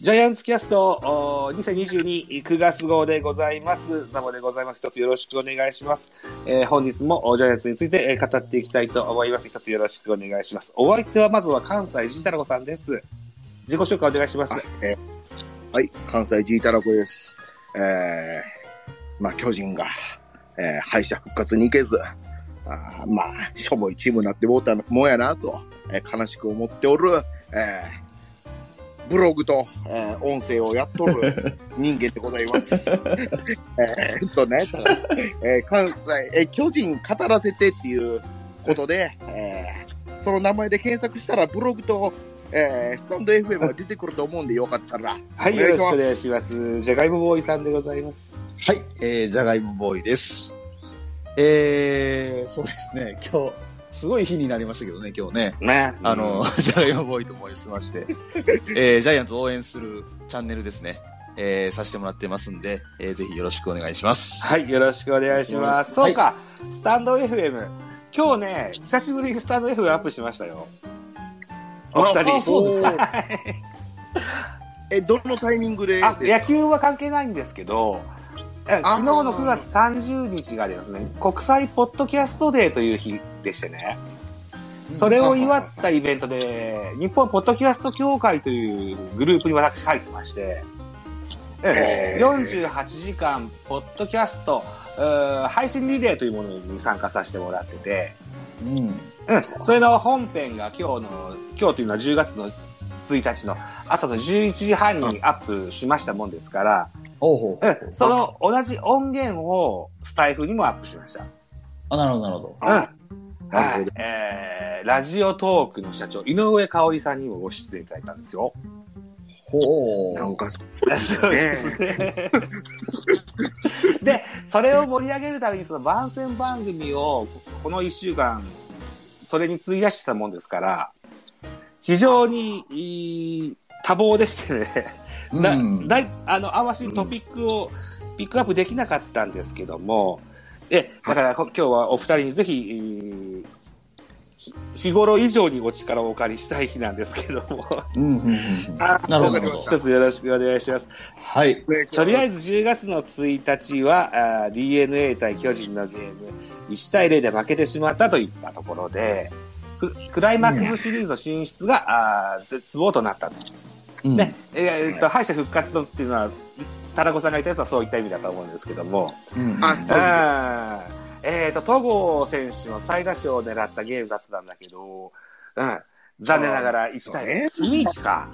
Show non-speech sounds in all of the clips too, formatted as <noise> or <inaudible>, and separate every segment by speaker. Speaker 1: ジャイアンツキャストおー2022 9月号でございます。ザボでございます。一つよろしくお願いします。えー本日もおジャイアンツについて、えー語っていきたいと思います。一つよろしくお願いします。お相手はまずは関西ジ太郎さんです。自己紹介お願いします。
Speaker 2: はい、関西 G たらこです。えー、まあ、巨人が、えー、敗者復活に行けず、あーまあ、しょぼいチームになってもうたもんやなと、えー悲しく思っておる、えー、ブログと、えー音声をやっ
Speaker 1: <laughs>
Speaker 2: とる人間でございます。えーっとね、えー関西、えー巨人語らせてっていうことで、えーその名前で検索したらブログと、えースタンド FM が出てくると思うんでよかったら、
Speaker 1: はい、よろしくお願いします。ジャガイモボーイさんでございます。
Speaker 3: はい、えー、じゃがいもボーイです。えー、そうですね、今日、すごい日になりましたけどね、今日ね。
Speaker 1: ね。
Speaker 3: あ <laughs> の、じゃがいもボーイと申しまして、えー、ジャイアンツを応援するチャンネルですね、えー、させてもらってますんで、えー、ぜひよろしくお願いします。
Speaker 1: はい、よろしくお願いします。
Speaker 3: は
Speaker 1: そ
Speaker 3: いう
Speaker 1: か、スタンド FM。今日ね、久しぶりにスタンド FM アップしましたよ。お二人。
Speaker 3: あそうですか
Speaker 1: か。
Speaker 2: え、どのタイミングで
Speaker 1: あ
Speaker 2: です
Speaker 1: 野球は関係ないんですけど、え
Speaker 2: あ
Speaker 1: 昨日の9月30日がですね、国際ポッドキャストデーという日でしてね、それを祝ったイベントで、日本ポッドキャスト協会というグループに私入ってまして、ええ
Speaker 2: へー
Speaker 1: 48時間ポッドキャストえー配信リレーというものに参加させてもらってて、
Speaker 3: うん。
Speaker 1: うん、それの本編が今日の、今日というのは10月の1日の朝の11時半にアップしましたもんですから、
Speaker 3: ほうほう。
Speaker 1: うん、その同じ音源をスタイフにもアップしました。
Speaker 3: あ、なるほど、なるほど。
Speaker 2: あ
Speaker 1: うん。
Speaker 2: な
Speaker 1: は
Speaker 2: るほ
Speaker 1: い
Speaker 2: ど。
Speaker 1: えー、ラジオトークの社長、井上香織さんにもご出演いただいたんですよ。
Speaker 3: ほ
Speaker 2: なんか、
Speaker 1: そうですね。 <laughs> で、それを盛り上げるために、その番宣番組を、この1週間、それに費やしてたもんですから、非常にいい多忙でしてね。
Speaker 3: う
Speaker 1: だ
Speaker 3: ん。
Speaker 1: だいあのあわしトピックをピックアップできなかったんですけども、えだからこ今日はお二人にぜひ、えーひ日頃以上にお力をお借りしたい日なんですけども、
Speaker 3: うん、うん、うん。
Speaker 2: あ
Speaker 3: なるほ
Speaker 2: わ
Speaker 3: ど
Speaker 2: かりまし
Speaker 1: 一
Speaker 2: た。
Speaker 1: つよろしくお願いします。
Speaker 3: はい。
Speaker 1: とりあえ
Speaker 2: ず、
Speaker 1: ず10月の1日は、d n a 対巨人のゲーム、1対0で負けてしまったといったところで、ククライマックスシリーズの進出が、あー絶望となったと。
Speaker 3: うん
Speaker 1: ね、えーえーっと、敗者復活のっていうのは、タラコさんが言ったやつはそういった意味だと思うんですけども、
Speaker 3: うんうん
Speaker 2: あそう
Speaker 1: あーえーっと、戸郷選手の最多勝を狙ったゲームだったんだけど、うん、残念ながら1対0、
Speaker 2: そう
Speaker 1: スミーチか。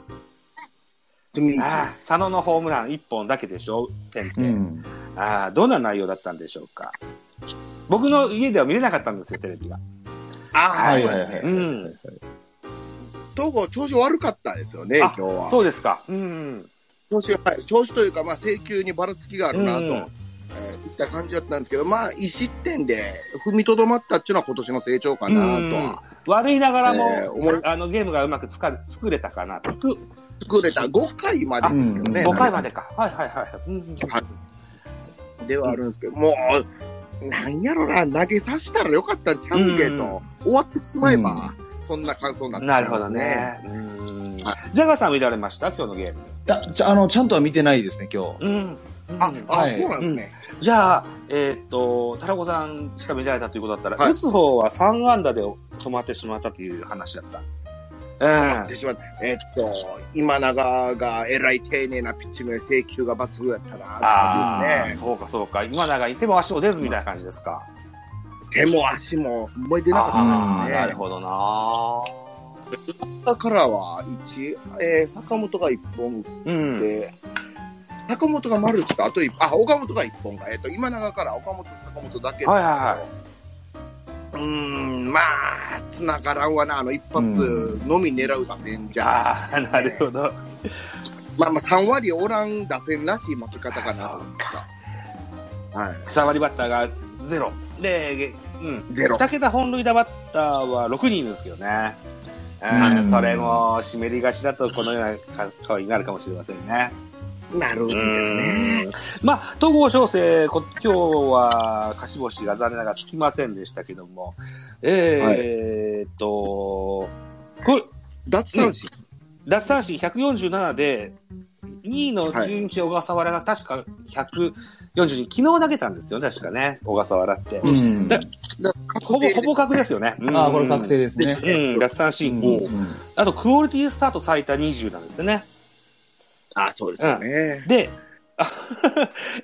Speaker 2: 積み
Speaker 1: あー佐野のホームラン1本だけでしょ、点って。
Speaker 3: うん。
Speaker 1: ああ、どんな内容だったんでしょうか。僕の家では見れなかったんですよ、テレビが。
Speaker 2: あ
Speaker 3: はい、
Speaker 2: は
Speaker 3: はいい、
Speaker 2: は。
Speaker 3: はいい。
Speaker 1: ん。
Speaker 2: 東郷、調子悪かったですよね、
Speaker 1: あ
Speaker 2: 今日は。
Speaker 1: そうですか。うん。
Speaker 2: 調子、はい、調子というか、まあ、請求にばらつきがあるなと、
Speaker 1: うん
Speaker 2: えーいった感じだったんですけど、まあ、1失点で踏みとどまったっていうのは今年の成長かなとは、
Speaker 1: 悪いながらも、
Speaker 2: えー思い
Speaker 1: あの、ゲームがうまくつか作れたかなと。
Speaker 2: 作れた5回までですけどね、
Speaker 3: うん
Speaker 1: 5回までか。はいはいはい。うん
Speaker 2: ではあるんですけど、もう、なんやろな、投げさせたらよかったんちゃうんけと、終わってしまえば、そんな感想になってしま
Speaker 1: ないる
Speaker 2: ま
Speaker 1: ほ
Speaker 2: す
Speaker 1: どね。うん
Speaker 2: は
Speaker 1: ジャガーさん見られました今日のゲーム。
Speaker 3: いや、ちゃ、あの、ちゃんとは見てないですね、今日。
Speaker 1: うん。
Speaker 2: あ、あ、
Speaker 3: はい
Speaker 2: そうなんですね。
Speaker 1: じゃあ、えーっと、タラコさんしか見られたということだったら、
Speaker 2: はい
Speaker 1: 打つ方は3安打で止まってしまったという話だった。うん。
Speaker 2: でしまったえっと、今永がえらい丁寧なピッチングで請求が抜群やったなって
Speaker 1: ああ
Speaker 2: 感じですね。
Speaker 1: そうかそうか。今なんか手も足も出ずみたいな感じですか。
Speaker 2: 手も足も思い出なか
Speaker 1: あー
Speaker 2: った
Speaker 1: な
Speaker 2: で
Speaker 1: る
Speaker 2: すね。
Speaker 1: ほどな。
Speaker 2: だからは1、えー坂本が1本
Speaker 1: うん。
Speaker 2: で、坂本がマルチとあと1あ、岡本が1本が、えっと、今永から岡本、坂本だけですけど
Speaker 1: はいはいは
Speaker 2: うーん、まあ、繋がらんわな、あの一発のみ狙う打線じゃ、
Speaker 1: ああ、なるほど。
Speaker 2: まあまあ、3割おらん打線らしい負け方かなと思った。はい。
Speaker 1: 3割バッターがゼロ。で、げうん。
Speaker 2: ゼロ
Speaker 1: 2桁本塁打バッターは6人いるんですけどね。
Speaker 3: う
Speaker 1: うん、
Speaker 3: ん
Speaker 1: それも湿りがちだとこのような顔になるかもしれませんね。
Speaker 2: なるんですね。
Speaker 1: うんまあ、戸郷翔征、こ今日は勝ち星が残念ながらつきませんでしたけども、えーっと、これ
Speaker 2: 脱三振。
Speaker 1: 奪三振147で、 2位の中日、小笠原が確か142、昨日投げたんですよね、確かね、小笠原って。
Speaker 3: うん
Speaker 1: だ
Speaker 2: だから
Speaker 1: ほぼ、ほぼ確ですよね。
Speaker 3: ああ、これ確定
Speaker 1: で
Speaker 3: ですね。
Speaker 1: うん、奪三振
Speaker 3: うん
Speaker 1: 5。あと、クオリティスタート最多20なんですよね。
Speaker 2: あ、そうですよね。
Speaker 1: で、 <laughs> あ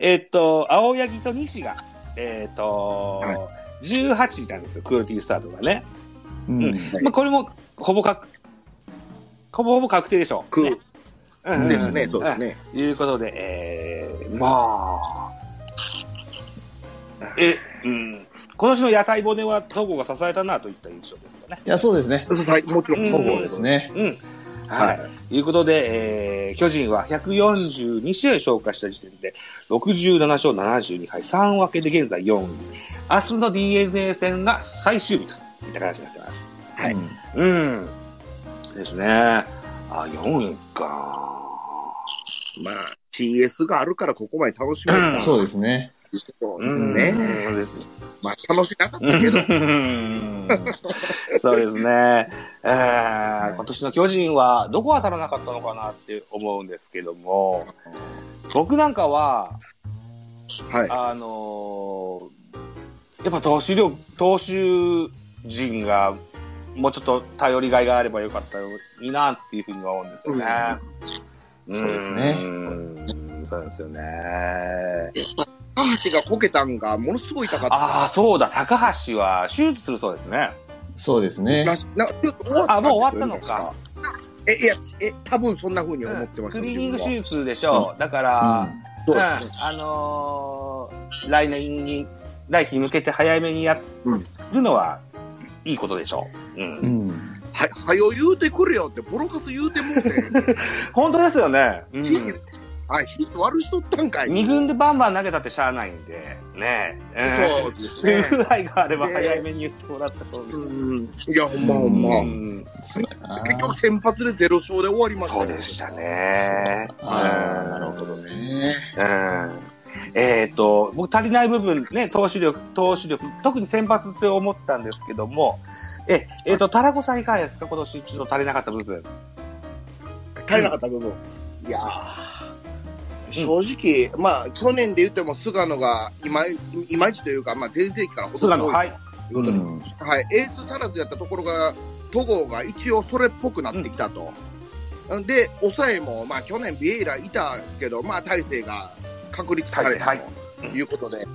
Speaker 1: えっと、青柳と西が、えっと、
Speaker 2: は
Speaker 1: 18なんですよ、クオリティスタートがね。
Speaker 3: うん
Speaker 1: う
Speaker 2: はい
Speaker 1: まあ、これも、ほぼ確、ほぼほぼ確定でしょう。
Speaker 2: く、
Speaker 1: ねうんうん
Speaker 2: ですね、そうですね。
Speaker 1: ということで、えー、まあ、え、うん、今年の屋台骨は戸郷が支えたなといった印象ですかね。
Speaker 3: いや、そうですね。
Speaker 2: そうはい、もちろん、
Speaker 1: うん
Speaker 3: そうです。ね。
Speaker 1: うん。は。
Speaker 2: はい
Speaker 1: ということで、えー、巨人は142試合消化した時点で、67勝72敗、3分けで現在4位。明日の DNA 戦が最終日といった形になってます。
Speaker 2: はい
Speaker 3: うん
Speaker 1: うん。ですね。あ、4位か。
Speaker 2: い。まあ、CS があるからここまで楽しめた。
Speaker 3: そうですね。
Speaker 2: そ
Speaker 1: う
Speaker 2: うです
Speaker 1: ん。
Speaker 2: ね。
Speaker 1: うんですね。 <laughs>
Speaker 2: まあ、楽しなかったけど、
Speaker 1: うんそうですね。えー今年の巨人はどこ当たらなかったのかなって思うんですけども、僕なんかは、
Speaker 2: はい。
Speaker 1: あのーやっぱ投手力、投手陣がもうちょっと頼りがいがあればよかったのになっていうふうには思うんですよね。
Speaker 3: うんそうですね
Speaker 1: うん。そうですよね。
Speaker 2: 高橋がこけたんがものすごい痛かった。
Speaker 1: ああ、そうだ、高橋は手術するそうですね。
Speaker 3: そうですね。
Speaker 2: らしなちょっと終わったんですよ
Speaker 1: あもう終わったのか。
Speaker 2: 確え、いや、え、多分そんな風に思ってました、
Speaker 1: クリーニング手
Speaker 2: 自
Speaker 1: 術でしょう。だから、
Speaker 2: 分は
Speaker 1: うんあのー来年に、来期に向けて早めにやるのは、いいことでしょう。うん。
Speaker 3: うんうん
Speaker 2: は、はよ言うてくれよって、ボロカス言うてもうて、
Speaker 1: 本当ですよね。うん。
Speaker 2: 火、あ、火悪しとったんかい。
Speaker 1: 二軍でバンバン投げたってしゃあないんで、ねえ。
Speaker 2: そうです
Speaker 1: うん。
Speaker 2: ね。
Speaker 1: 不具合があれば早めに言ってもらった方が。
Speaker 2: うん。いや、ほんまほんま。
Speaker 1: うん
Speaker 3: そうやな
Speaker 2: 結局先発でゼロ勝で終わりました
Speaker 1: そう
Speaker 2: ね
Speaker 1: でしたね。
Speaker 3: ああ、なる
Speaker 1: ど
Speaker 3: ほどね。
Speaker 1: うんえー、と僕、足りない部分、ね、投手力、投手力、特に先発って思ったんですけども、え、えー、と、タラコさんいかがですか、今年ちょっと足りなかった部分。
Speaker 2: 足りなかった部分。いやー正直、まあ、去年で言っても菅野がいまいいまいちというか、まあ、全盛期からほと
Speaker 1: 菅
Speaker 2: ん
Speaker 1: 野、
Speaker 2: ど
Speaker 1: はい。
Speaker 2: ということで、はい、エース足らずやったところが、戸郷が一応それっぽくなってきたと。で、抑えも、まあ去年ビエイラいたんですけど、まあ大勢が確立された
Speaker 1: 大勢
Speaker 2: ということで、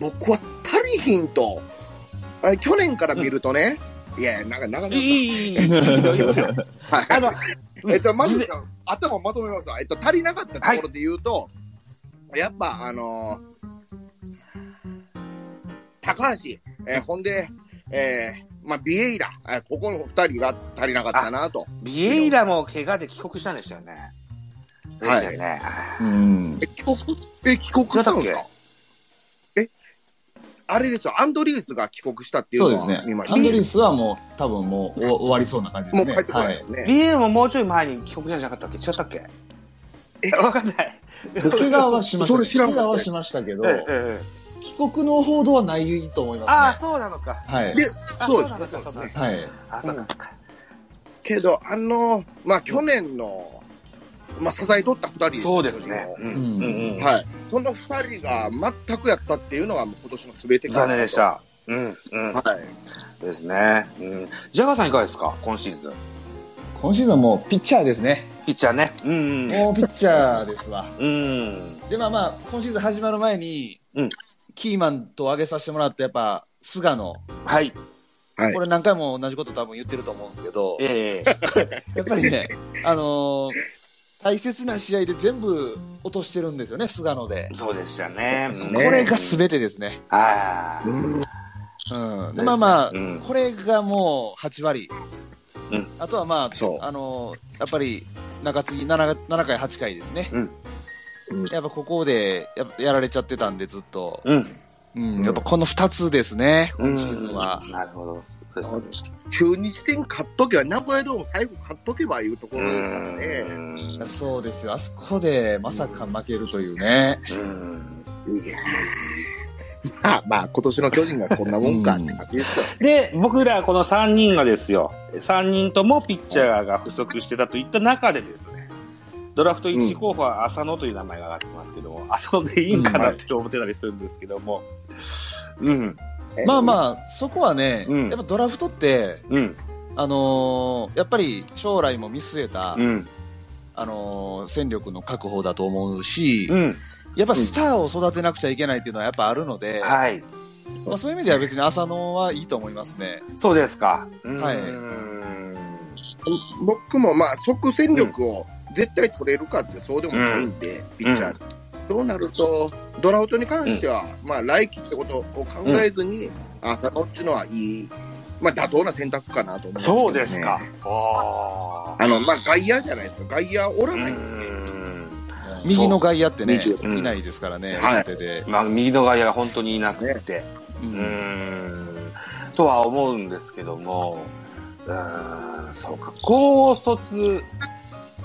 Speaker 2: 僕は足りひんと、あ去年から見るとね、いや、なんか、なんか、
Speaker 1: いい、いい、いい、いいですよ、いいですよ。
Speaker 2: はい
Speaker 1: あの、
Speaker 2: えっと、ま
Speaker 1: 事前、
Speaker 2: ず頭まとめますわ。えっと、足りなかったところで言うと、やっぱ、あのー高橋、えーほんで、えーまあ、ビエイラ、えーここの二人が足りなかったなと。
Speaker 1: ビエイラも怪我で帰国したんでしたよね。で
Speaker 2: は
Speaker 1: し
Speaker 2: い
Speaker 1: たよね。
Speaker 3: うん。
Speaker 2: え、帰国え、帰国したんですかえ、あれですよ、アンドリースが帰国したっていう
Speaker 3: そう
Speaker 2: の
Speaker 3: です
Speaker 2: は
Speaker 3: ね
Speaker 2: 見ま。し
Speaker 3: ア
Speaker 2: た。
Speaker 3: ンドリースはもう、多分もうお終わりそうな感じで
Speaker 2: も
Speaker 3: す
Speaker 2: う帰
Speaker 3: ね。
Speaker 2: ってこない
Speaker 3: は
Speaker 2: で
Speaker 3: い。
Speaker 2: すね。
Speaker 1: ビエイラももうちょい前に帰国したんじゃなかったっけ違ったっけ
Speaker 2: え
Speaker 1: わかんない。
Speaker 3: 怪我はしました
Speaker 2: それ
Speaker 3: け
Speaker 2: 知
Speaker 3: ど。
Speaker 2: らんかっ
Speaker 3: 怪
Speaker 2: た
Speaker 3: 我はしましたけど、
Speaker 1: ええええ
Speaker 3: 帰国の報道はないと思い
Speaker 1: ああ、
Speaker 3: ますね。
Speaker 1: そうなのか。
Speaker 3: はい。
Speaker 2: で、
Speaker 1: あ
Speaker 2: そうですね、
Speaker 1: そ
Speaker 2: そう
Speaker 1: だ
Speaker 2: う
Speaker 1: そ
Speaker 2: で
Speaker 1: う
Speaker 2: す
Speaker 1: だ
Speaker 2: ね。
Speaker 3: はい。
Speaker 1: あ、そうかそうか。
Speaker 2: けど、あの、まあ、去年の、まあ、支え取った二人よりも
Speaker 1: そうですね。うん
Speaker 3: うん
Speaker 1: うんうん
Speaker 2: はい。その二人が全くやったっていうのは、もう今年の全てかな
Speaker 1: 残念でし。た。うん、うん。
Speaker 2: はい。
Speaker 1: ですね。うん。ジャガーさんいかがですか今シーズン。
Speaker 3: 今シーズンはもうピッチャーですね。
Speaker 1: ピッチャーね。うん。
Speaker 3: もうピッチャーですわ。
Speaker 1: うん。
Speaker 3: で、まあまあ、今シーズン始まる前に、
Speaker 1: うん
Speaker 3: キーマンと挙げさせてもらったやっぱ、菅野。
Speaker 1: はい。
Speaker 2: はい
Speaker 3: これ何回も同じこと多分言ってると思うんですけど、
Speaker 1: ええ
Speaker 3: やっぱりね、あのー大切な試合で全部落としてるんですよね、菅野で。
Speaker 1: そうでしたね。
Speaker 2: そうです
Speaker 3: こ
Speaker 2: ね
Speaker 3: れが全てですね。
Speaker 1: ああ。
Speaker 3: うん。
Speaker 1: ですね
Speaker 3: まあまあ、
Speaker 1: うん
Speaker 3: これがもう8割。
Speaker 1: うん
Speaker 3: あとはま
Speaker 2: そう
Speaker 3: あ、あのーやっぱり中継ぎ 7, 7回、8回ですね。
Speaker 1: うん
Speaker 2: うん
Speaker 3: やっぱここでやっぱやられちゃってたんで、ずっと。
Speaker 1: うん。
Speaker 3: うん、やっぱこの2つですね、今シーズンは。
Speaker 1: なるほど。そうですね
Speaker 2: 中日戦勝っとけば、名古屋ドーム最後勝っとけばいうところですから
Speaker 1: う
Speaker 2: ね。
Speaker 1: ん
Speaker 3: そうですよ、あそこでまさか負けるというね。
Speaker 1: うん
Speaker 2: いやーまあまあ、今年の巨人がこんなもんかって感じですよ。
Speaker 1: で、僕らこの3人がですよ、3人ともピッチャーが不足してたといった中でですね、ドラフト1候補は浅野という名前が上がってますけども、浅野でいいんかなって思ってたりするんですけども、うん、
Speaker 3: まあ
Speaker 2: あ。
Speaker 3: まあ、そこはね、
Speaker 1: うん
Speaker 3: やっぱドラフトって、
Speaker 1: うん、
Speaker 3: あのーやっぱり将来も見据えた、
Speaker 1: うん、
Speaker 3: あのー戦力の確保だと思うし、
Speaker 1: うん、
Speaker 3: やっぱスターを育てなくちゃいけないっていうのはやっぱあるので、
Speaker 1: はい。
Speaker 3: まあ、そういう意味では別に浅野はいいと思いますね。
Speaker 1: そうですか。
Speaker 3: はい
Speaker 1: い。
Speaker 2: 僕もまあ、即戦力を絶対取れるかってそうでもないんで、ピッチャー。そうなると、ドラフトに関しては、まあ、来季ってことを考えずに、朝のっちのはいい、まあ、妥当な選択かなと思いますけどね
Speaker 1: そうですか。。あ
Speaker 2: あの、まあ、外野じゃないですか。外野おら
Speaker 1: ー。
Speaker 2: ないう
Speaker 1: ん
Speaker 3: 右の外野ってね、
Speaker 2: 20
Speaker 3: いないですからね、
Speaker 2: はい
Speaker 3: 手で。
Speaker 1: まあ、右の外野が本当にいなくて、
Speaker 3: う
Speaker 1: うんん、とは思うんですけども、うーん、そうか、高卒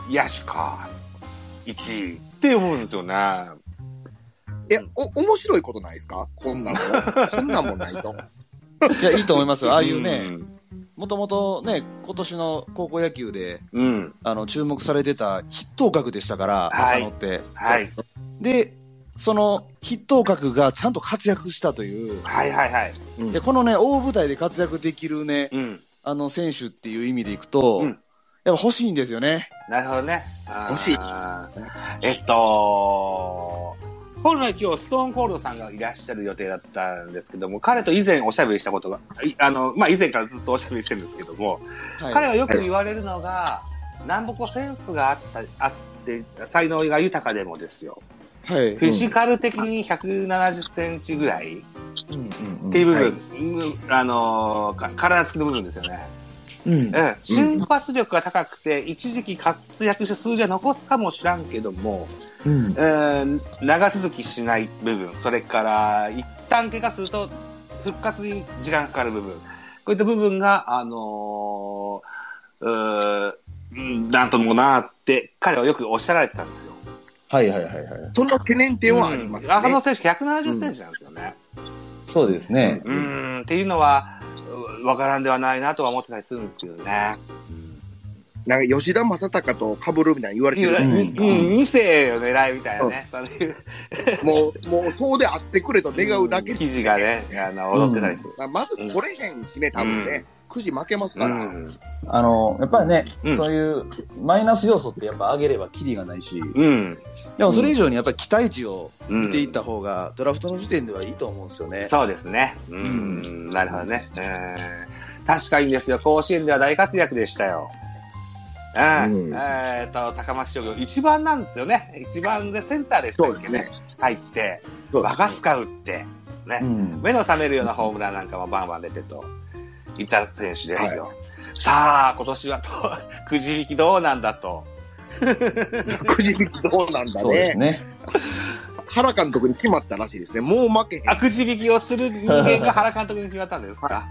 Speaker 1: 野手か、1位って思うんですよね。
Speaker 2: え、お、面白いことないですかこんなもん。こんなもんないと。
Speaker 3: いや、いいと思いますよ。ああいうね、もともとね、今年の高校野球で、
Speaker 1: うん、うん、
Speaker 3: あの、注目されてた筆頭格でしたから、
Speaker 1: はい
Speaker 3: 浅野って。
Speaker 1: はい、
Speaker 3: で、その筆頭格がちゃんと活躍したという、
Speaker 1: はい、はい、はい、
Speaker 2: うん
Speaker 3: で、このね、大舞台で活躍できるね、
Speaker 1: うん、
Speaker 3: あの、選手っていう意味でいくと、
Speaker 1: うん
Speaker 3: やっぱ欲しいんですよね。
Speaker 1: なるほどね。あー
Speaker 2: 欲しい
Speaker 1: えっと、本来今日ストーンコールドさんがいらっしゃる予定だったんですけども、彼と以前おしゃべりしたことが、いあの、まあ、以前からずっとおしゃべりしてるんですけども、
Speaker 3: はい
Speaker 1: 彼がよく言われるのが、なんぼこセンスがあった、あって、才能が豊かでもですよ。
Speaker 3: はい。
Speaker 1: フィジカル的に170センチぐらいっ
Speaker 3: うん
Speaker 1: て <laughs> いう部分、
Speaker 2: はい
Speaker 1: うんあのーか体つきの部分ですよね。
Speaker 2: うん。
Speaker 1: うん、瞬発力が高くて、一時期活躍して数字は残すかもしらんけども、
Speaker 2: うん。
Speaker 1: うん、長続きしない部分、それから、一旦怪我すると、復活に時間かかる部分、こういった部分が、あのーうーん、なんともなーって、彼はよくおっしゃられてたんですよ。
Speaker 3: はいはいはいはい。
Speaker 2: その懸念点はあります
Speaker 1: うん赤野
Speaker 2: ね。
Speaker 1: 選手170センチなんですよね。
Speaker 3: そうですね。
Speaker 1: うん、んっていうのは、うわからんではないなとは思ってたりするんですけどね。
Speaker 2: なんか吉田正尚と被るみたいに言われてるじゃ
Speaker 1: う
Speaker 2: な
Speaker 1: ん、
Speaker 2: いで
Speaker 1: う
Speaker 2: す
Speaker 1: ん
Speaker 2: か。
Speaker 1: 二世を狙いみたいなね、そういう
Speaker 2: もう、もうそうであってくれと願うだけ。
Speaker 1: 記事がね、あの、踊ってたりする。
Speaker 2: まあまず取れへんしね、多分ね。くじ負けますから。
Speaker 1: うん
Speaker 3: あの、やっぱりね、
Speaker 1: うん
Speaker 3: そういうマイナス要素ってやっぱ上げればキリがないし、
Speaker 1: うん。
Speaker 3: でもそれ以上にやっぱり期待値を
Speaker 1: うん
Speaker 3: 見ていった方が、ドラフトの時点ではいいと思うんですよね。
Speaker 1: そうですね。うん、なるほどね。うん確かにですよ、甲子園では大活躍でしたよ。うん
Speaker 2: うん
Speaker 1: えっと、高松商業、一番なんですよね。一番でセンターでしたっけ
Speaker 2: そうですね。
Speaker 1: 入って、
Speaker 2: そうです
Speaker 1: バカスカ打って、ね、
Speaker 3: ん。
Speaker 1: 目の覚めるようなホームランなんかもバンバン出てと、いた選手ですよ。さあ、今年はと、くじ引きどう <laughs> なんだと。
Speaker 2: くじ引きどうなんだ
Speaker 3: そうです
Speaker 2: ね。
Speaker 3: ね。
Speaker 2: 原監督に決まったらしいですね。もう負けへん。
Speaker 1: あ、くじ引きをする人間が原監督に決まったんですか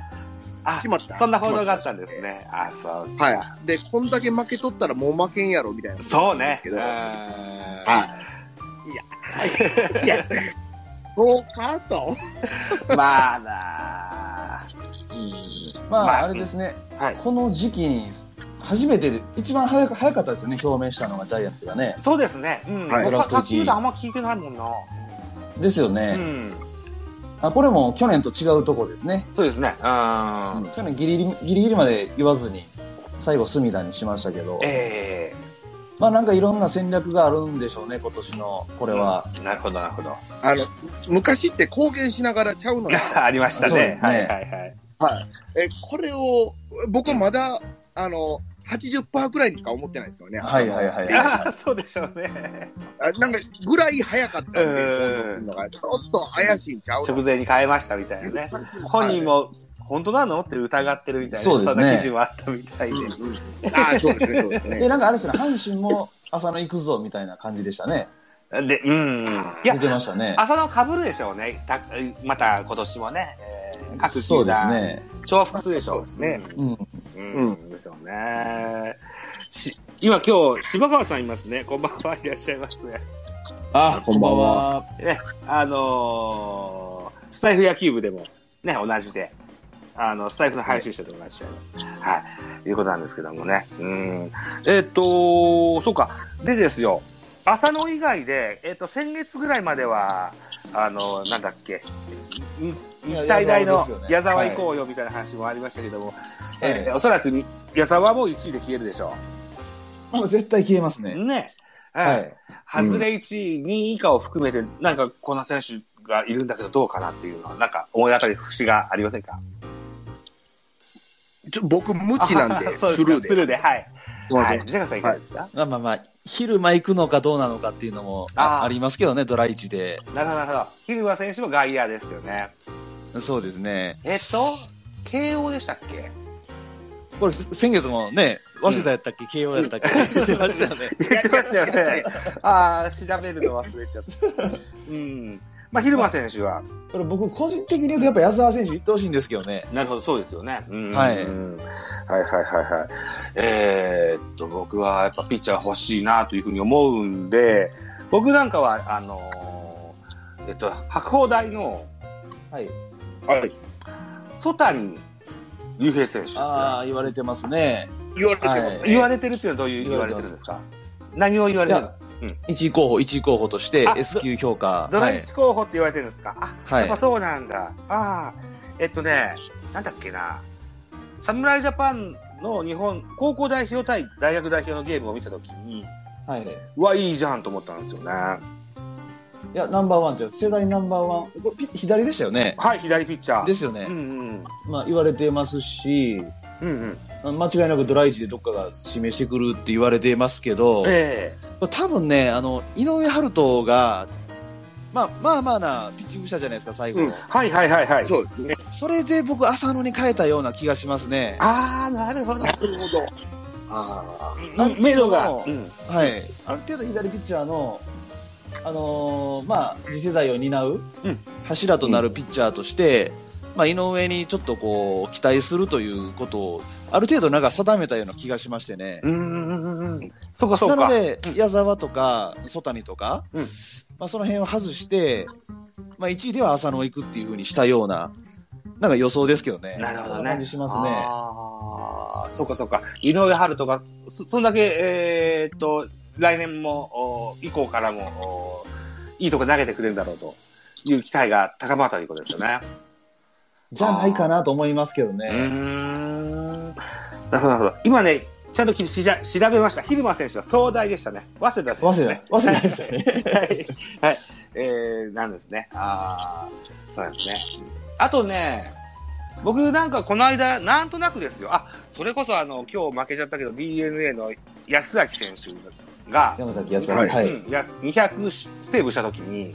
Speaker 1: あ
Speaker 2: 決、まった。
Speaker 1: そんな報道があったんですね。あ、そう
Speaker 2: はい。で、こんだけ負け取ったらもう負けんやろ、みたいな。
Speaker 1: そうね
Speaker 2: です。けど。
Speaker 1: うん
Speaker 2: はい。いや、いや、そうかと。
Speaker 1: まあなあ。うん
Speaker 4: まあ、
Speaker 1: まあ
Speaker 4: あれですね、
Speaker 1: はい
Speaker 4: この時期に初めてで、一番早く早かったですよね、表明したのがジャイアンツがね。
Speaker 1: そうですね。うん。
Speaker 2: は
Speaker 1: 僕は
Speaker 2: い
Speaker 4: ドラ
Speaker 1: 卓
Speaker 4: フト1
Speaker 1: 球であんま聞いてないもんな。
Speaker 4: ですよ
Speaker 1: う
Speaker 4: ね、
Speaker 1: ん。
Speaker 4: あこれも去年と違うとこですね、
Speaker 1: そうですね。うん。
Speaker 4: 去年ギリギリギリギリまで言わずに、最後、隅田にしましたけど、
Speaker 1: ええ
Speaker 4: まあなんかいろんな戦略があるんでしょうね、今年の、これは。
Speaker 1: なるほど、なるほど。
Speaker 2: あの、昔って貢献しながらちゃうのよ。
Speaker 1: <laughs> ありました
Speaker 4: そう
Speaker 1: ね
Speaker 4: で。すね
Speaker 1: はいはいはい。
Speaker 2: え、これを、僕まだ、あの、80%ぐらいにしか思ってないですからね。
Speaker 4: はいはいはいはい。
Speaker 1: ああ、そうでしょうね。
Speaker 2: あなんか、ぐらい早かったんで、
Speaker 1: うん
Speaker 2: のがちょっと怪しいんちゃうの
Speaker 1: 直前に変えましたみたいなね。本人も、本当なのって疑ってるみたいな、
Speaker 4: そうですね
Speaker 1: んな記事もあったみたいで。
Speaker 2: ああ、そうですね、そうです
Speaker 4: で、
Speaker 2: ね。
Speaker 4: なんかあれですね、阪神も浅野行くぞみたいな感じでしたね、
Speaker 1: で、うん。いや
Speaker 4: 出、てましたね。
Speaker 1: 浅野かぶるでしょうね。たまた今年もね。えー各球団
Speaker 4: そうです。ね、
Speaker 1: 重複するでしょ
Speaker 2: そうですね。
Speaker 4: うん、
Speaker 1: うん。
Speaker 2: う
Speaker 1: うんん。でしょうね。し、今今日、柴川さんいますね。こんばんは。いらっしゃいますね。
Speaker 3: あ、
Speaker 2: こんばん
Speaker 3: は。
Speaker 1: ね、あのースタイフ野球部でも、ね、同じで、あの、スタイフの配信者でいらっしゃいます。はい。いうことなんですけどもね。うん。えっ、と、そうか。でですよ。浅野以外で、えっ、と、先月ぐらいまでは、あの、なんだっけ、日
Speaker 4: いや
Speaker 1: 体大の
Speaker 4: 矢沢ですよね
Speaker 1: 矢沢行こうよみたいな話もありましたけども、えー
Speaker 4: は
Speaker 1: おそらく矢沢も1位で消えるでしょ
Speaker 4: もう絶対消えます
Speaker 1: う。
Speaker 4: ね。
Speaker 1: ね。
Speaker 4: は
Speaker 1: はい。
Speaker 4: い。
Speaker 1: 外れ1位、2位以下を含めて、なんかこの選手がいるんだけどどうかなっていうのは、なんか思い当たり節がありませんか
Speaker 2: ちょ僕、無知なんで、
Speaker 1: <laughs>
Speaker 2: ス
Speaker 1: そう
Speaker 2: ルー
Speaker 1: か
Speaker 2: で。
Speaker 1: スルーで、はい。
Speaker 2: すいま
Speaker 1: は
Speaker 2: せ
Speaker 1: い。
Speaker 2: ん
Speaker 1: ジャガさんいかがですか、
Speaker 3: まあまあまあ、昼間行くのかどうなのかっていうのも
Speaker 1: あー
Speaker 3: あありますけどね、ドラ1で。
Speaker 1: なるほど、なるほど。ヒルワ選手も外野ですよね。
Speaker 3: そうですね。
Speaker 1: えっと、慶応でしたっけ
Speaker 3: これ、す先月もね、早稲田やったっけ、慶応やったっけ、してましたよね。
Speaker 1: <laughs> 言ってましたよね。ああ、調べるの忘れちゃった。うん。まあ、ヒルワ選手は、
Speaker 4: これ僕個人的に言うとやっぱ矢沢選手行ってほしいんですけどね。
Speaker 1: なるほど、そうですよね。うん
Speaker 3: はい
Speaker 1: うんはいはいはいはい。えーっと、僕はやっぱピッチャー欲しいなというふうに思うんで、僕なんかは、あのーえっと、白鵬大の
Speaker 4: はい。
Speaker 2: はい。
Speaker 1: 曽谷雄平選手。
Speaker 4: ああ、言われてますね。
Speaker 2: 言われてますね。
Speaker 1: 言われてるっていうのはどういう言われてるんですか何を言わ
Speaker 4: い
Speaker 1: れてる
Speaker 4: や、
Speaker 1: うん
Speaker 3: 1位候補、1位候補として
Speaker 1: あ
Speaker 3: S 級評価。
Speaker 1: ドラ
Speaker 3: はい
Speaker 1: 1候補って言われてるんですかあ、
Speaker 3: は
Speaker 1: や
Speaker 3: い
Speaker 1: っぱそうなんだ。ああ、えっとね、なんだっけな。侍ジャパンの日本、高校代表対大学代表のゲームを見たときに、
Speaker 4: はい。いう
Speaker 1: わ、いいじゃんと思ったんですよね。
Speaker 4: や、ナンバーワンじゃん。世代ナンバーワン。これピ左でしたよね。
Speaker 1: はい、左ピッチャー。
Speaker 3: ですよね
Speaker 1: うん。うん
Speaker 4: まあ言われてますし、
Speaker 1: うん。うんうん。
Speaker 4: 間違いなくドライジでどっかが指名してくるって言われてますけど、
Speaker 1: え
Speaker 3: 多分ね、あの、井上春人が、まあまあまあなピッチングしたじゃないですか、最
Speaker 1: え
Speaker 3: 後。
Speaker 1: うん。はいはいはいはい。
Speaker 2: そうですね。
Speaker 3: それで僕、浅野に変えたような気がしますね。
Speaker 1: ああ、なるほど。
Speaker 2: なるほど。あ
Speaker 3: あ
Speaker 1: 目処が
Speaker 3: そ。
Speaker 1: う
Speaker 3: うんはい。
Speaker 4: ある程度左ピッチャーの、あのーまあ、次世代を担う
Speaker 1: うん
Speaker 3: 柱となるピッチャーとして、まあ、井上にちょっとこう、期待するということを、ある程度なんか定めたような気がしましてね。
Speaker 1: うんうんうんうん。そうかそう
Speaker 3: な
Speaker 1: か。
Speaker 3: ので、矢沢とか、曽谷とか、
Speaker 1: うん
Speaker 3: まあ、その辺を外して、まあ、1位では浅野行くっていうふうにしたような、なんか予想ですけどね。
Speaker 1: なるほどね。
Speaker 4: そんな感じしますね
Speaker 1: ああ、そうかそうか。井上春人が、そ、そんだけ、えーっと、来年も、お以降からも、おいいとこ投げてくれるだろうという期待が高まったということですよね。
Speaker 4: じゃないかなと思いますけど
Speaker 1: う
Speaker 4: ね。
Speaker 1: ーん。なるほど、なるほど。今ね、ちゃんときしじゃ調べました。昼間選手は壮大でしたね。早稲田選
Speaker 4: 早
Speaker 1: 手です
Speaker 4: 稲
Speaker 1: ね。 <laughs>
Speaker 4: 田、早稲田でしたね。
Speaker 1: はい。はい。えー、なんですね。あーそうなんですね。あとね、僕なんかこの間、なんとなくですよ。あ、それこそあの、今日負けちゃったけど、DNA の安崎選手が、
Speaker 4: 山崎康也。
Speaker 2: はい
Speaker 4: は
Speaker 1: う
Speaker 4: い。
Speaker 1: んやす200セーブした時に、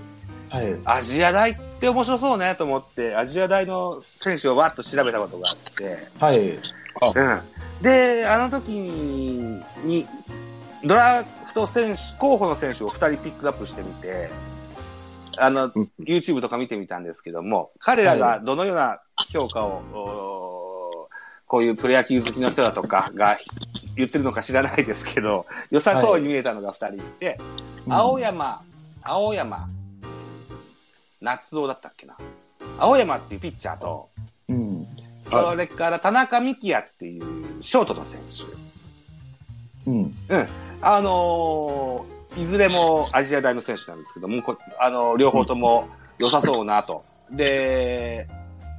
Speaker 4: はい。
Speaker 1: アジア大って面白そうねと思って、アジア大の選手をわっと調べたことがあって、
Speaker 4: はい。
Speaker 1: うん。で、あの時に、ドラフト選手、候補の選手を2人ピックアップしてみて、あの、
Speaker 2: うん
Speaker 1: YouTube とか見てみたんですけども、彼らがどのような評価を、おーこういうプロ野球好きの人だとかが言ってるのか知らないですけど、良さそうに見えたのが2人いて、
Speaker 4: うん
Speaker 1: 青山、青山、夏男だったっけな。青山っていうピッチャーと、
Speaker 4: うん。
Speaker 2: はい
Speaker 1: それから田中幹也っていうショートの選
Speaker 4: うん。
Speaker 1: 手。うん。あのーいずれもアジア大の選手なんですけども、こあのー両方とも良さそうなと。で、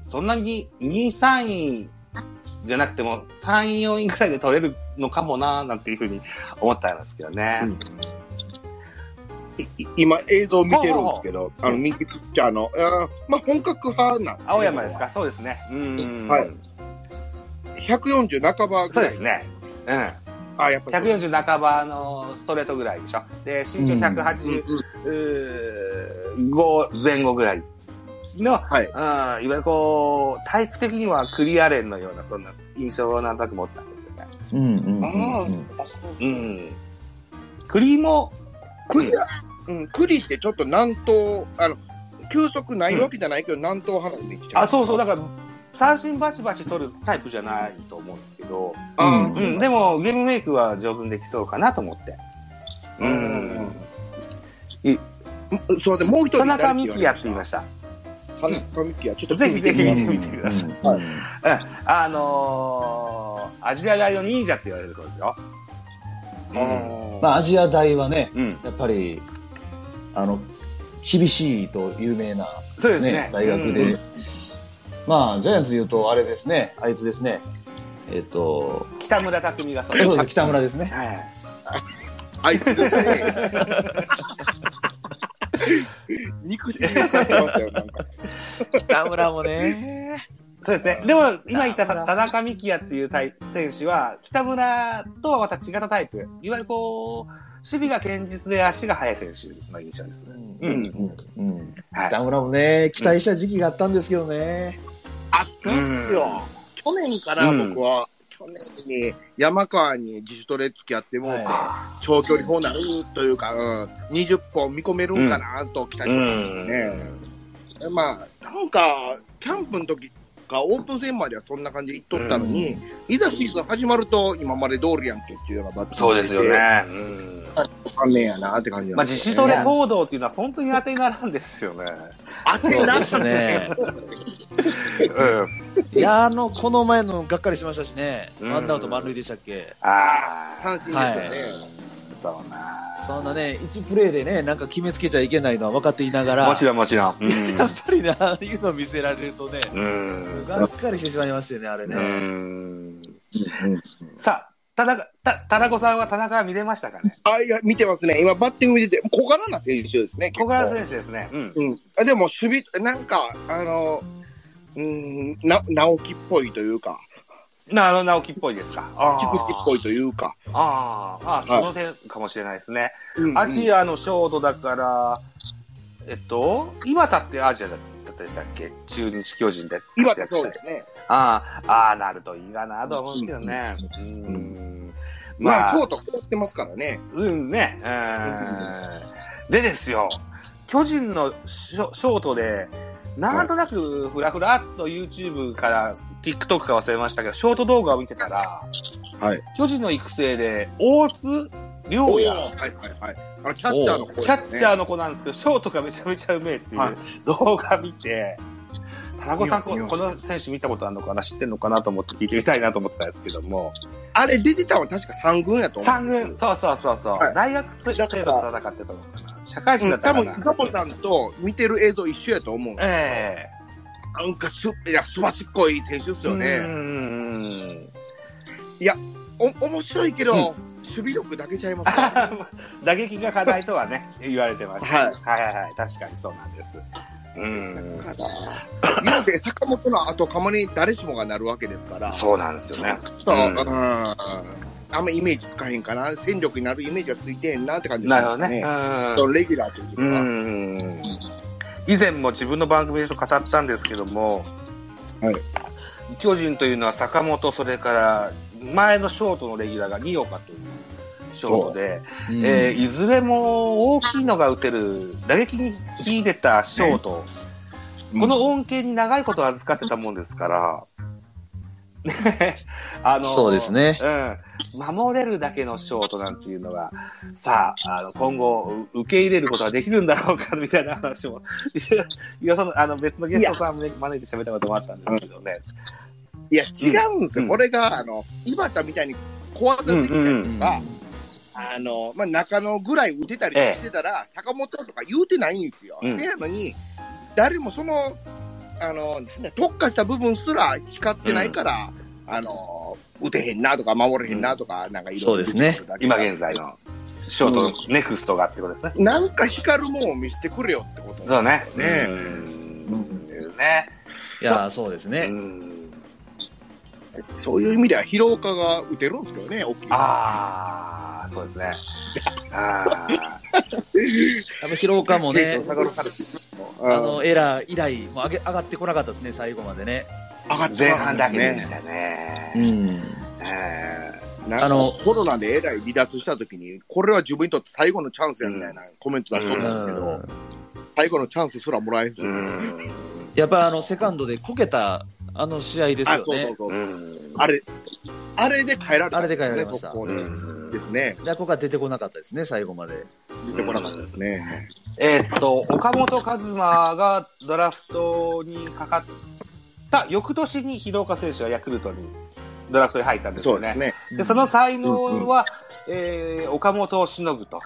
Speaker 1: そんなに2、3位じゃなくても3、4位くらいで取れるのかもな、なんていうふうに思ったんですけどね。
Speaker 2: うんいい今、映像見てるんですけど、
Speaker 1: う
Speaker 2: あの、右ピッチャーの、あーまあ、本格派なんですけど
Speaker 1: 青山ですかそうですね。うん。
Speaker 2: はい140半ばぐ
Speaker 1: そう
Speaker 2: ら
Speaker 1: で
Speaker 2: い。
Speaker 1: すね。うん。
Speaker 2: あ、やっぱり。
Speaker 1: 140半ばのストレートぐらいでしょ。で、身長
Speaker 4: うん
Speaker 1: 180、
Speaker 2: うんうん
Speaker 1: 5前後ぐらいの、
Speaker 2: はい
Speaker 1: うんいわゆるこう、タイプ的にはクリアレンのような、そんな印象をなんとなく持ったんですよね。
Speaker 4: うん。うん。
Speaker 2: あ
Speaker 4: うんうん
Speaker 2: あ、
Speaker 1: うん。クリも、
Speaker 2: 栗だ。うん、栗ってちょっと南東、あの、球速ないわけじゃないけど、南東派なんできちゃう。
Speaker 1: あ、そうそう、だから、三振バチバチ取るタイプじゃないと思うんですけど、
Speaker 2: あ
Speaker 1: う、
Speaker 2: ーそうん
Speaker 1: でもゲームメイクは上手にできそうかなと思って。う。
Speaker 2: うんん。そうで、もう一人
Speaker 1: 田中
Speaker 2: 誰って
Speaker 1: 幹
Speaker 2: 言わ
Speaker 1: 也っ
Speaker 2: れま
Speaker 1: て
Speaker 2: した
Speaker 1: 言いました。
Speaker 2: 田中美希はちょっと
Speaker 1: ぜひぜひ
Speaker 2: 聞いてみます
Speaker 1: 見てください。
Speaker 2: はい
Speaker 1: あのー、アジア大の忍者って言われるそうですよ。
Speaker 2: あ
Speaker 4: まあ、アジア大はね、
Speaker 1: うん。
Speaker 4: やっぱり、あの、厳しいと有名な、
Speaker 1: そうですね。
Speaker 4: ね、大学で、
Speaker 1: うん
Speaker 4: まあ、ジャイアンツで言うと、あれですね、あいつですね、えっ、と、
Speaker 1: 北村匠海がそうです。
Speaker 4: そう
Speaker 1: は
Speaker 4: です、北村ですね。
Speaker 1: い。
Speaker 2: あ、あいつですね。肉汁がかってましたよ、なんか。
Speaker 3: 北村もね。
Speaker 1: そうですね。でも、今言った田中美希也っていうタイ選手は、北村とはまた違ったタイプ。いわゆるこう、守備が堅実で足が速い選手の印象です。うん
Speaker 4: うんうん
Speaker 1: はい
Speaker 4: 北村もね、期待した時期があったんですけどね。
Speaker 2: あったんすよ。去年かな、
Speaker 1: うん
Speaker 2: 僕は。去年に山川に自主トレ付き合っても、
Speaker 4: は
Speaker 2: 長距離砲なるというか、うん、20本見込めるんかなと期待してたんですよね。でまあ、なんか、キャンプの時か、オープン戦まではそんな感じで行っとったのに、いざシーズン始まると、今まで通りやんけっていうようなバッティング
Speaker 1: そうですよ
Speaker 2: で。
Speaker 1: ね。うん。
Speaker 2: 残念やなって感じ
Speaker 1: ま
Speaker 2: な
Speaker 1: あ、
Speaker 2: んで
Speaker 1: 自
Speaker 2: すよ
Speaker 1: 主
Speaker 2: ね
Speaker 1: トレ報道っていうのは本当に当てにならんですよね。
Speaker 2: 当てになっ
Speaker 3: そ
Speaker 2: た
Speaker 3: うですね。
Speaker 1: うん。
Speaker 3: いや、あの、この前のがっかりしましたしね。
Speaker 1: うん
Speaker 3: ワンアウト満塁でしたっけ
Speaker 1: ああ。
Speaker 2: 三振ですよね。
Speaker 1: そうな。
Speaker 3: そんなね、1プレーでね、なんか決めつけちゃいけないのは分かっていながら、
Speaker 1: もちろんもちろん。
Speaker 3: やっぱりな、ああいうの見せられるとね、
Speaker 1: うん。
Speaker 3: がっかりしてしまいましたよね、あれ
Speaker 1: う
Speaker 3: ね。
Speaker 1: ん。さあ、田中、た、田中さんは田中は見れましたかね
Speaker 2: あ、いや、見てますね。今、バッティング見てて、小柄な選手ですね。
Speaker 1: 小
Speaker 2: 柄
Speaker 1: 柄選手ですね。うん。
Speaker 2: うん。あでも、守備、なんか、あの、うん、な、直樹っぽいというか、
Speaker 1: な、あの、直樹っぽいですか。あ
Speaker 2: 菊池っぽいというか。
Speaker 1: あ。ああ、ああその点かもしれないですね。
Speaker 2: うん
Speaker 1: アジアのショートだから、えっと、今たってアジアだったでしたっけ中日巨人で。
Speaker 2: 今だそうですね。
Speaker 1: ああ、ああ、なるといいかなと思うんですけどね。うん。
Speaker 2: まあ、ショートこうってますからね。
Speaker 1: うんね。うーんでですよ、巨人のショショートで、なんとなくふらふらっと YouTube から、TikTok か忘れましたけど、ショート動画を見てたら、
Speaker 2: はい
Speaker 1: 巨人の育成で、大津良
Speaker 2: おー
Speaker 1: 也、
Speaker 2: はいはいはい。あの、キャッチャーの
Speaker 1: キャッチャ
Speaker 2: ー。
Speaker 1: ーの子なんですけど、ショートがめちゃめちゃうめえってい
Speaker 2: は
Speaker 1: う動画見て、田中さん、こ
Speaker 2: 見ま
Speaker 1: こ
Speaker 2: した
Speaker 1: の選手見たことあるのかな知ってんのかなと思って聞いてみたいなと思ってたんですけども、
Speaker 2: あれ、出てたのは確か三軍やと思う。
Speaker 1: 三軍、そうそうそうそう、
Speaker 2: はい
Speaker 1: 大学生と戦ってたのかな社会人
Speaker 2: う
Speaker 1: だっ
Speaker 2: ん、多
Speaker 1: たか
Speaker 2: 分
Speaker 1: な、、
Speaker 2: ガポさんと見てる映像一緒やと思う。
Speaker 1: え
Speaker 2: なんかす、いや、すばしっこい選手です
Speaker 1: え
Speaker 2: よね。
Speaker 1: ね。
Speaker 2: お、面白いけど、守備力だけちゃいますか
Speaker 1: 打撃が課題とはね、言われてました。
Speaker 2: はい
Speaker 1: <laughs> はいはいはい。確かにそうなんです。うん。
Speaker 2: から。言うて、坂本の後釜に誰しもがなるわけですから。
Speaker 1: そうなんですよね。
Speaker 2: そう、
Speaker 1: う
Speaker 2: うんん。あんまイメージつかへんかな。戦力になるイメージはついてへんなって感じ
Speaker 1: な
Speaker 2: がし
Speaker 1: る
Speaker 2: ま
Speaker 1: ほど
Speaker 2: す
Speaker 1: ね。
Speaker 2: そのレギュラーという
Speaker 1: うん。う
Speaker 2: か、
Speaker 1: ん以前も自分の番組でちょっと語ったんですけども、
Speaker 2: はい
Speaker 1: 巨人というのは坂本、それから前のショートのレギュラーが二岡というショートで、
Speaker 3: うん
Speaker 1: えーいずれも大きいのが打てる、打撃に秀でたショート、
Speaker 2: うん
Speaker 1: この恩恵に長いこと預かってたもんですから、 <laughs> ねあの
Speaker 3: そうですね。
Speaker 1: うん、守れるだけのショートなんていうのが、さあ、あの今後、う受け入れることはできるんだろうか、みたいな話も、いやそのあの別のゲストさん招いて喋ったこともあったんですけどね。
Speaker 2: いや、違うんですよ。
Speaker 1: うん
Speaker 2: これが、あの、井端みたいに小技できたりとか、あの、まあ、中野ぐらい打てたりしてたら、坂本とか言うてないんですよ。
Speaker 1: うん
Speaker 2: せやのに、誰もその、あの、なんだ特化した部分すら光ってないから、あの、打てへんなとか、守れへんなとか、なんかいろいろ。
Speaker 3: そうですね。
Speaker 1: 今現在。のショートのネクストがってことですね。
Speaker 2: なんか光るもんを見せてくれよってこと。
Speaker 1: そうね。
Speaker 2: ね
Speaker 1: うんうんね。
Speaker 3: いや、そうです
Speaker 1: う
Speaker 3: ね。
Speaker 1: ん。
Speaker 2: そういう意味では、広岡が打てるんですけどね、大きい。
Speaker 1: ああ、そうですね。ああ。
Speaker 3: やっぱ広岡も
Speaker 2: テ
Speaker 3: ね
Speaker 2: ン、ション下がるから
Speaker 3: あの、エラー以来、もう上げ上がってこなかったですね、最後までね。
Speaker 2: 上がって
Speaker 1: 前
Speaker 2: こなか
Speaker 1: 半
Speaker 2: っ
Speaker 1: だ
Speaker 2: た
Speaker 1: け
Speaker 2: す
Speaker 1: でしたね。
Speaker 3: ん。
Speaker 1: え
Speaker 2: あ
Speaker 3: あの
Speaker 2: の、コロナでえらい離脱したときに、これは自分にとって最後のチャンスやみたいなコメント出しとったんですけど、最後のチャンスすらもらえず、
Speaker 1: ーうん
Speaker 3: やっぱあの、セカンドでこけた、あの試合です
Speaker 2: あ
Speaker 3: よ
Speaker 2: そうそ
Speaker 3: ね
Speaker 2: う。そう、
Speaker 1: うん
Speaker 2: あれ、あれで変えられたんすね、
Speaker 3: あれで変えられました
Speaker 2: 速攻
Speaker 1: う
Speaker 2: で
Speaker 1: ん
Speaker 2: ですね。
Speaker 3: でここが出てこなかったですね、最後まで。
Speaker 2: う出てこなかったですね。
Speaker 1: えーっと、岡本和真がドラフトにかかった翌年に広岡選手はヤクルトにドラフトに入ったんです
Speaker 2: そ
Speaker 1: よ
Speaker 2: うで
Speaker 1: ね
Speaker 2: す。ね。
Speaker 1: で、その才能は、えー岡本をしのぐと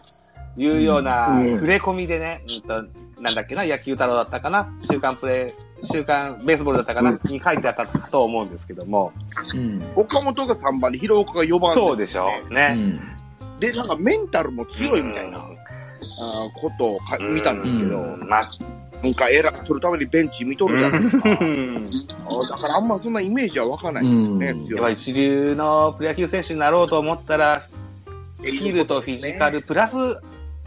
Speaker 1: いうような
Speaker 2: うん
Speaker 1: 触れ込みでね、うんと、なんだっけな、野球太郎だったかな、週刊プレイ、週刊ベースボールだったかな、に書いてあったと思うんですけども、
Speaker 3: うん。
Speaker 2: 岡本が3番で、広岡が4番
Speaker 1: そうでしょ
Speaker 2: ね
Speaker 1: うね。
Speaker 2: で、なんかメンタルも強いみたいな、
Speaker 1: う
Speaker 2: あ
Speaker 1: ん
Speaker 2: ーことをか見たんですけど、
Speaker 1: うんまあ、
Speaker 2: なんか偉くするためにベンチ見とるじゃないですか。
Speaker 1: うん
Speaker 2: だからあんまそんなイメージは湧かないですよね、
Speaker 3: うん
Speaker 1: や
Speaker 2: 強
Speaker 1: っ
Speaker 2: い
Speaker 1: ぱ一流のプロ野球選手になろうと思ったら、スキルとフィジカル、プラス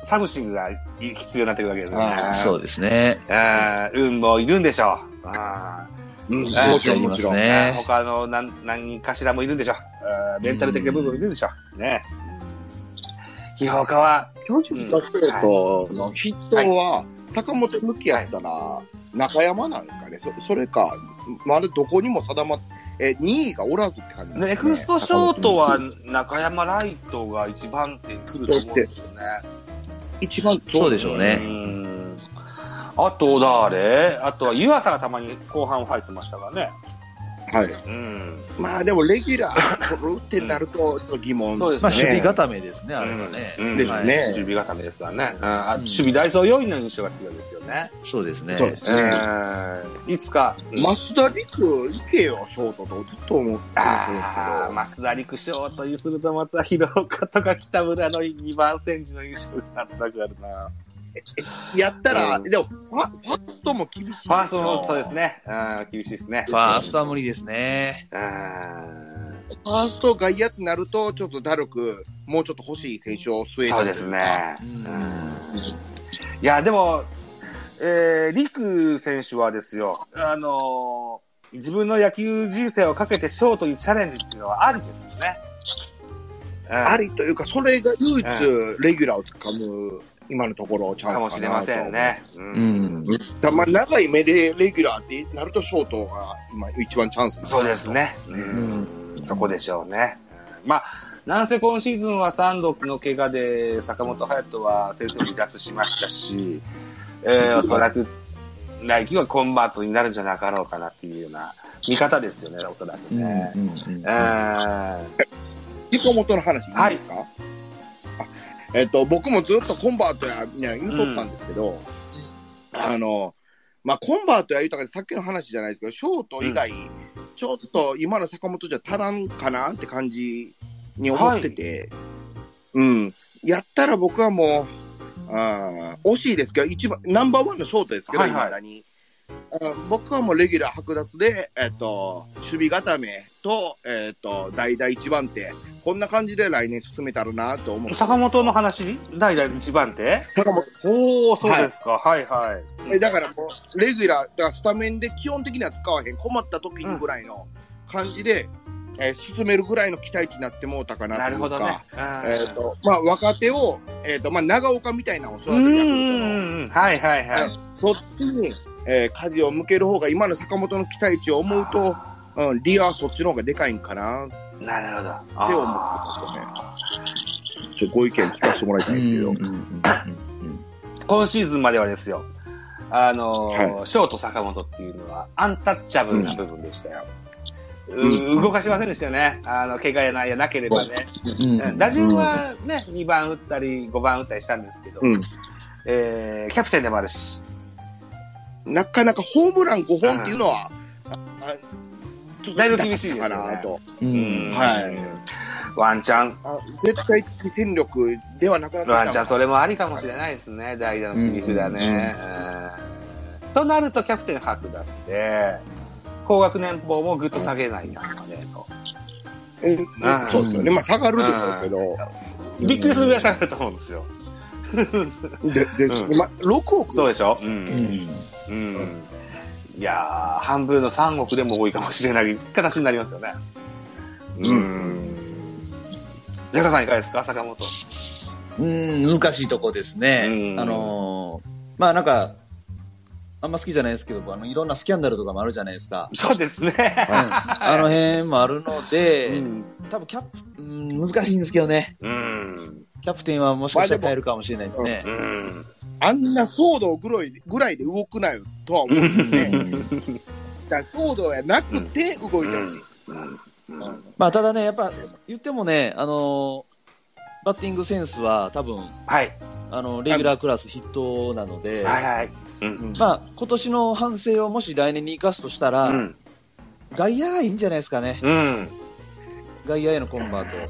Speaker 1: サムシングが必要になってくるわけです
Speaker 2: あ
Speaker 1: ね。
Speaker 2: ー
Speaker 3: そうですね。
Speaker 1: あー運もいるんでしょう。あ
Speaker 2: うん、
Speaker 1: あ
Speaker 2: もちろん、もちろん。
Speaker 3: ね
Speaker 2: ね、
Speaker 1: ーあー他の何何人かしらもいるんでしょう。あーメンタル的な部分もいるんでしょう。ね。広岡は、
Speaker 2: 巨人のストレートのヒットは、坂本向きやったら、中山なんですかね。そそれか、まだどこにも定まっえ、2位がおらずって感じですね。
Speaker 1: ネクストショート
Speaker 2: 坂
Speaker 1: は
Speaker 2: 本、
Speaker 1: 中山ライトが一番ってくると思うんですよね。
Speaker 2: 一番
Speaker 3: そうでしょうね
Speaker 1: うんあと誰あとは湯浅がたまに後半入ってましたからね。
Speaker 2: はい。
Speaker 1: うん。
Speaker 2: まあでも、レギュラー取るってなると、ちょっと疑問
Speaker 1: そうで
Speaker 2: ですすね。
Speaker 3: まあ、守備固めですね、あれはね。
Speaker 1: うん
Speaker 2: ですね
Speaker 1: はい守備固めですわね。うんあ
Speaker 3: うん
Speaker 1: 守備ダイソー要員の印象が強いですよね。
Speaker 3: そうですね。
Speaker 2: そうですね。
Speaker 1: うんいつか、
Speaker 2: 増田陸行けよ、ショートとずっと思ってるんですけど。
Speaker 1: あー増田陸将というするとまた広岡とか北村の2番戦時の印象が高くなるな。
Speaker 2: やったら、
Speaker 1: うん
Speaker 2: でもファ、ファーストも厳しいでし
Speaker 1: フ
Speaker 2: ょ。
Speaker 1: ァーストもそうですね。うん厳しいですね。
Speaker 3: ファーストは無理ですね。
Speaker 1: うん
Speaker 2: ファースト外野ってなると、ちょっと打力、もうちょっと欲しい選手を据えて
Speaker 1: そうです。ね。
Speaker 3: うん
Speaker 1: いや、でも、えー、リク選手はですよ、あのー自分の野球人生をかけてショートにチャレンジっていうのはありですよね。うん
Speaker 2: ありというか、それが唯一
Speaker 1: う、
Speaker 2: レギュラーをつかむ、今のところ、チャ
Speaker 1: か
Speaker 2: ン
Speaker 1: も
Speaker 2: ス
Speaker 1: し
Speaker 2: か
Speaker 1: れ
Speaker 2: な
Speaker 1: ま
Speaker 2: と
Speaker 1: せんね。う
Speaker 3: うんん。
Speaker 2: たまあ長い目でレギュラーってなると、ショートが今、一番チャンスなん
Speaker 1: そうですね、うんそこでしょうね。まあ、なんせ今シーズンは3度の怪我で坂本勇人は先生離脱しましたし、えーおそらく来季はコンバートになるんじゃなかろうかなっていうような見方ですよね、おそらく
Speaker 3: うん
Speaker 1: ね。
Speaker 3: うん
Speaker 1: うん
Speaker 2: 自己元の話いいですか、あえっと、僕もずっとコンバートや、いや言うとったんですけど、あの、まあ、コンバートや言うたからさっきの話じゃないですけど、ショート以外、ちょっと今の坂本じゃ足らんかなって感じに思ってて、うん。やったら僕はもう、あー惜しいですけど、一番、ナンバーワンのショートですけど、
Speaker 1: はい
Speaker 2: い
Speaker 1: はい
Speaker 2: だに。あ僕はもうレギュラー剥奪で、えっと、守備固めと、えっと、代打1番手、こんな感じで来年進めたらなと思う。
Speaker 1: 坂本の話代々一番手
Speaker 2: 坂本
Speaker 1: おー、そうですか。はい、はい、
Speaker 2: えだからもう、レギュラー、だからスタメンで基本的には使わへん、困った時にぐらいの感じで、えー進めるぐらいの期待値になってもうたかな
Speaker 1: な
Speaker 2: とい
Speaker 1: る
Speaker 2: う
Speaker 1: ほ
Speaker 2: か、
Speaker 1: どね。うん
Speaker 2: えっ、と、まあ、若手を、えっ、と、まあ、長岡みたいなのを育
Speaker 1: う
Speaker 2: て
Speaker 1: ん
Speaker 2: る
Speaker 1: う
Speaker 2: ヤク
Speaker 1: んう
Speaker 2: ル
Speaker 1: んうん。はいはいはい。
Speaker 2: トの、そっちに、えー、舵を向ける方が、今の坂本の期待値を思うと、うん、リアはそっちの方がでかいんかな、って
Speaker 1: なるほど。
Speaker 2: 思ってますよね。ちょっとご意見聞かせてもらいたいんですけど、
Speaker 3: うんうん
Speaker 1: 今シーズンまではですよ、あのー
Speaker 2: は
Speaker 1: ショート坂本っていうのはアンタッチャブルな部分でしたよ。
Speaker 2: うん
Speaker 1: う動かしませんでしたよね。あの、怪我やな、やなければね。
Speaker 3: うん
Speaker 1: うん打順はね、2番打ったり、5番打ったりしたんですけど、
Speaker 2: うん
Speaker 1: えーキャプテンでもあるし、
Speaker 2: なかなかホームラン5本っていうのは、ああちょっ
Speaker 1: だいぶ
Speaker 2: 痛
Speaker 1: 厳しいですよね
Speaker 2: かったかなと。
Speaker 3: うん
Speaker 1: うん
Speaker 2: はい。
Speaker 1: ワンチャンス、
Speaker 2: あ絶対的戦力ではなくな
Speaker 1: ワンチ
Speaker 2: っ
Speaker 1: ャ
Speaker 2: た
Speaker 1: ンそれもありかもしれないですね、代打の切り札ね。うんとなるとキャプテン剥奪で、高学年俸もぐっと下げないなんかね、と。
Speaker 2: え
Speaker 1: ん
Speaker 2: そうですよね。まあ、下がるでしょうけど。
Speaker 1: びっくりするぐらい下がると思うんですよ。
Speaker 2: で、で、
Speaker 1: うん
Speaker 2: まあ、6億。
Speaker 1: そうでしょう。
Speaker 3: うんん
Speaker 1: うん。いやー、半分の3億でも多いかもしれない <laughs> 形になりますよね。
Speaker 2: うん
Speaker 1: ん。ヤカさんいかがですか坂本。
Speaker 3: うん、難しいとこですね。
Speaker 1: うん
Speaker 3: あのーまあなんか、あんま好きじゃないですけど、あの、いろんなスキャンダルとかもあるじゃないですか。
Speaker 1: そうですね。
Speaker 3: あの辺もあるので、
Speaker 1: うん。
Speaker 3: 多分キャップ、うん、難しいんですけどね。
Speaker 1: うん。
Speaker 3: キャプテンはもしかしたら変えるかもしれないですね。
Speaker 1: うん。
Speaker 2: あんな騒動ぐらいぐらいで動くなよとは思うよね。だから騒動やなくて動いてほしい。
Speaker 3: まあ、ただね、やっぱ、言ってもね、あのーバッティングセンスは多分、
Speaker 1: はい。
Speaker 3: あの、レギュラークラス筆頭なので、
Speaker 1: はいはい。うん。
Speaker 3: まあ、今年の反省をもし来年に生かすとしたら、
Speaker 1: うん。
Speaker 3: 外野がいいんじゃないですかね。
Speaker 1: うん。
Speaker 3: 外野へのコンバート。